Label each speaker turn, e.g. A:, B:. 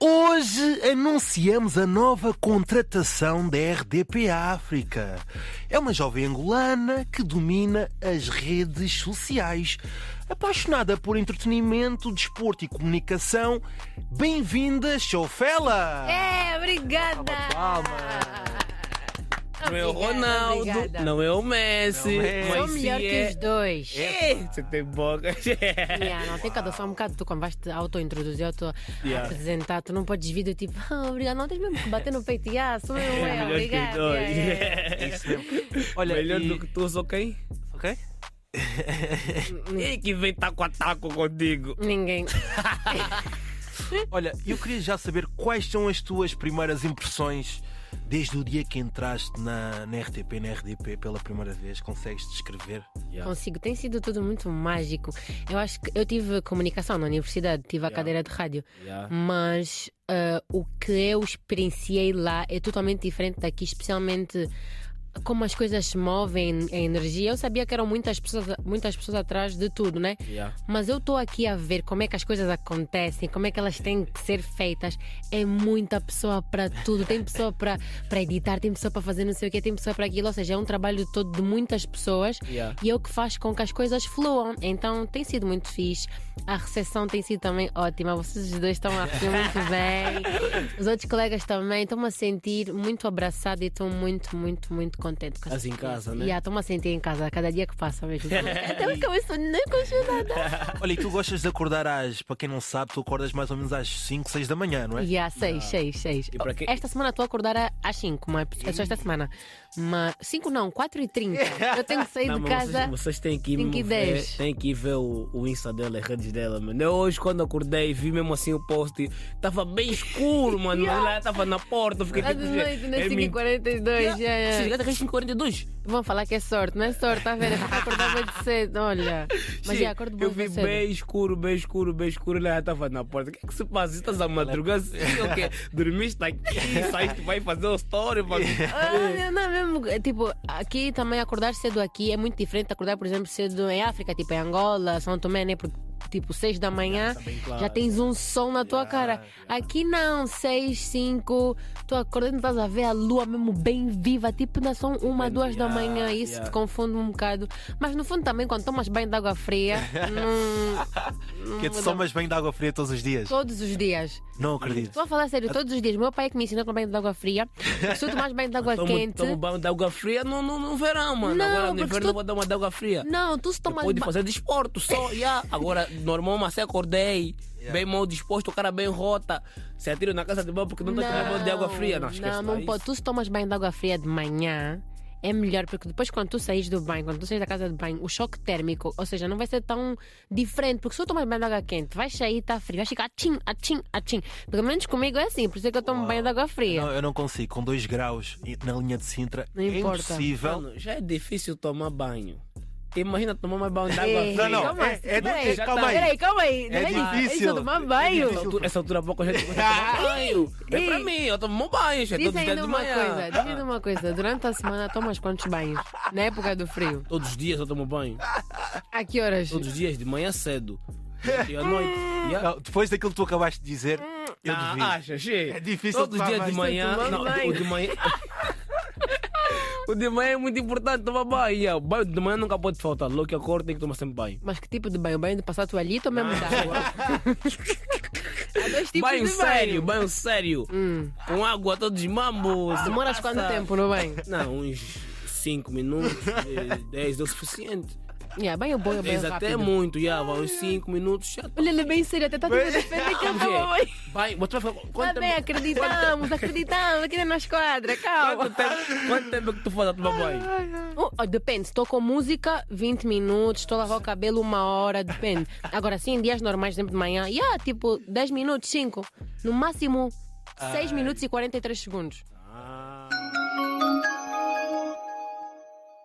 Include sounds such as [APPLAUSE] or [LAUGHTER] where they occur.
A: Hoje anunciamos a nova contratação da RDP África. É uma jovem angolana que domina as redes sociais. Apaixonada por entretenimento, desporto e comunicação, bem-vinda, Chofela!
B: É, obrigada!
A: Palma,
C: Não é o
B: Obrigada,
C: Ronaldo,
B: obrigada.
C: não é o Messi,
A: Não é.
C: mas
B: Sou
C: se
B: melhor que
C: é...
B: os dois.
C: É, Você tem boca. [LAUGHS] É,
B: Yeah, não, tem cada só um bocado, tu quando vais te auto-introduzir,
C: Yeah.
B: auto-apresentar, tu não podes vir do tipo, ah, obrigado, não tens mesmo que bater no peito, ah, sou eu,
C: É
B: é,
C: melhor que os
B: obrigado.
C: dois.
B: yeah, yeah,
C: [LAUGHS]
B: yeah.
A: Isso mesmo. Olha,
C: melhor
A: e-
C: do que tu, sou quem?
A: Ok?
B: Hum.
C: E que vem taco a taco contigo.
B: Ninguém.
A: Olha, eu queria já saber quais são as tuas primeiras impressões desde o dia que entraste na, na RTP, na RDP pela primeira vez. Consegues descrever?
B: Consigo, tem sido tudo muito mágico. Eu acho que eu tive comunicação na universidade, tive a
C: Yeah.
B: cadeira de rádio,
C: Yeah.
B: mas ah, o que eu experienciei lá é totalmente diferente daqui, especialmente como as coisas se movem, a energia. Eu sabia que eram muitas pessoas, muitas pessoas atrás de tudo, né?
C: Yeah.
B: Mas eu estou aqui a ver como é que as coisas acontecem, como é que elas têm que ser feitas. É muita pessoa para tudo. Tem pessoa para para editar, tem pessoa para fazer não sei o quê, tem pessoa para aquilo. Ou seja, é um trabalho todo de muitas pessoas
C: Yeah.
B: e é o que faz com que as coisas fluam. Então tem sido muito fixe. A recepção tem sido também ótima. Vocês dois estão a receber
C: [LAUGHS]
B: muito bem. Os outros colegas também estão a sentir muito abraçado e estão muito, muito, muito contente com essa
C: Assim em casa,
B: experiência.
C: né?
B: Yeah, Estou-me a sentir em casa a cada dia que passa
C: [LAUGHS]
B: mesmo. Até o cabeça nem consigo nada.
A: Olha, e tu gostas de acordar às. Para quem não sabe, tu acordas mais ou menos às 5, 6 da manhã, não é?
B: Yeah, seis, seis, seis.
C: E para quem-
B: Esta semana estou a acordar a- às 5, mas é só esta semana. Mas 5 não, 4 e 30. Eu tenho que sair
C: Não,
B: de
C: mas
B: casa.
C: Vocês, vocês têm que ir,
B: cinco e
C: ver,
B: dez.
C: têm que ir ver o, o Insta dela, as redes dela, mano. Eu hoje, quando acordei, vi mesmo assim o post, tava bem escuro,
B: [LAUGHS]
C: mano. Ela tava na porta, eu fiquei
B: À
C: tipo.
B: Tá de noite, nas
C: é
B: 5 e
C: mentira.
B: 42. Yeah.
C: Se
B: Yeah,
C: ligar, até às 5h42.
B: Vão falar que é sorte, não é sorte, tá vendo? É porque acordar muito cedo, olha. Mas
C: Sim,
B: yeah, acordo
C: Eu
B: muito
C: vi
B: cedo.
C: bem escuro, bem escuro, bem escuro. Ela estava na porta. O que é que se passa? Estás à madrugada? Sim,
B: [LAUGHS]
C: o quê? Dormiste aqui, saíste, vai fazer o story. Mano.
B: Ah, não, mesmo, é, tipo, aqui também acordar cedo aqui é muito diferente de acordar, por exemplo, cedo em África, tipo em Angola, São Tomé, né? Porque, tipo, 6 da manhã
C: Tá bem claro. né?
B: já tens um sol na tua cara. Aqui não, 6, 5, tu acordando, estás a ver a lua mesmo bem viva, tipo, na são uma, duas da
C: Yeah,
B: manhã, isso
C: yeah.
B: te confunde um bocado. Mas no fundo também, quando tomas banho de água
C: [LAUGHS]
B: fria, não-
A: Que tu somas bem de água fria todos os dias.
B: todos os dias.
A: Não acredito.
B: Estou a falar sério, todos os dias. Meu pai é que me ensinou a tomar banho de água fria. porque Se tu tomas banho de água
C: Tomo,
B: quente.
C: tomo um banho de água fria no, no, no verão, mano.
B: Não,
C: Agora no
B: porque
C: inverno
B: tu-
C: eu vou dar uma de água fria.
B: Não, tu se tomas
C: Pode
B: ba-
C: fazer
B: [LAUGHS]
C: desporto só, yeah. Agora, normal, mas se acordei, bem mal disposto, o cara bem rota. Se atira na casa de banho porque não está tomando banho é de água fria. Não, esquece
B: não, não
C: daí.
B: pode. Tu se tomas banho de água fria de manhã, é melhor, porque depois quando tu saís do banho, quando tu saís da casa de banho, o choque térmico, ou seja, não vai ser tão diferente, porque se tu tomas banho de água quente, vais sair e está frio, vais ficar atchim, atchim, atchim. Pelo menos comigo é assim, por isso é que eu tomo banho de água fria.
A: Não, eu não consigo. Com 2 graus e- na linha de Sintra,
B: Não
A: é
B: importa.
A: impossível.
C: Mano, já é difícil tomar banho. Imagina tomar mais banho de água
B: Ei,
A: Não,
C: fria.
A: não,
B: Calma,
A: é- é-
B: peraí,
A: é- calma aí.
B: Peraí, calma aí.
A: É
B: Peraí,
A: difícil. É
B: Deixa eu tomar banho.
C: Essa altura, essa altura pouco a gente vai tomar
B: [LAUGHS]
C: banho. Vem pra
B: Ei.
C: mim, eu tomo meu banho, já é
B: Diz
C: todos os dias
B: ainda
C: de
B: uma
C: manhã.
B: coisa, diz ainda uma coisa. Durante a semana tomas quantos banhos? Na época do frio?
C: [LAUGHS] Todos os dias eu tomo banho.
B: A que horas?
C: Todos os dias, de manhã cedo. E à
B: Hum.
C: noite. E à-
A: Não, depois daquilo que tu acabaste de dizer, eu
C: Ah,
A: devia.
C: acha, che?
A: É difícil
C: Todos os
A: tomar
C: dias de
A: banho.
C: manhã.
B: Estou tomando
C: Não,
B: banho.
C: o de
B: [LAUGHS]
C: manhã. o de manhã é muito importante tomar banho. yeah. O banho de manhã nunca pode faltar. Logo que acordo, tem que tomar sempre banho.
B: Mas que tipo de banho? Banho de passar toalhita ou mesmo de
C: [LAUGHS]
B: água? Há dois tipos
C: Ah. banho
B: Tipo de Hum.
C: sério, banho sério. Com água, todos os mambos.
B: Demoras
C: Passa-
B: quanto tempo no banho?
C: Não, uns 5 minutos, [LAUGHS] 10 é o suficiente.
B: Yeah, banho bom, é banho
C: 10 até
B: rápido.
C: muito, já, vai uns 5 minutos, já tá.
B: Olha, ele é bem sério, até está tudo defender
C: [LAUGHS]
B: que é eu
C: Vamos ver.
B: tomo banho.
C: é? Vai, mas tu vai falar.
B: Tá
C: Quanto
B: bem,
C: tempo,
B: acreditamos, acreditamos aqui na nossa quadra, calma.
C: quanto tempo, quanto tempo é que tu faz a tua banho?
B: Oh, oh, depende, estou com música 20 minutos, estou a lavar o cabelo uma hora, depende. Agora, sim, em dias normais, sempre de manhã, ah, yeah, tipo 10 minutos, 5. No máximo 6 minutos e 43 segundos.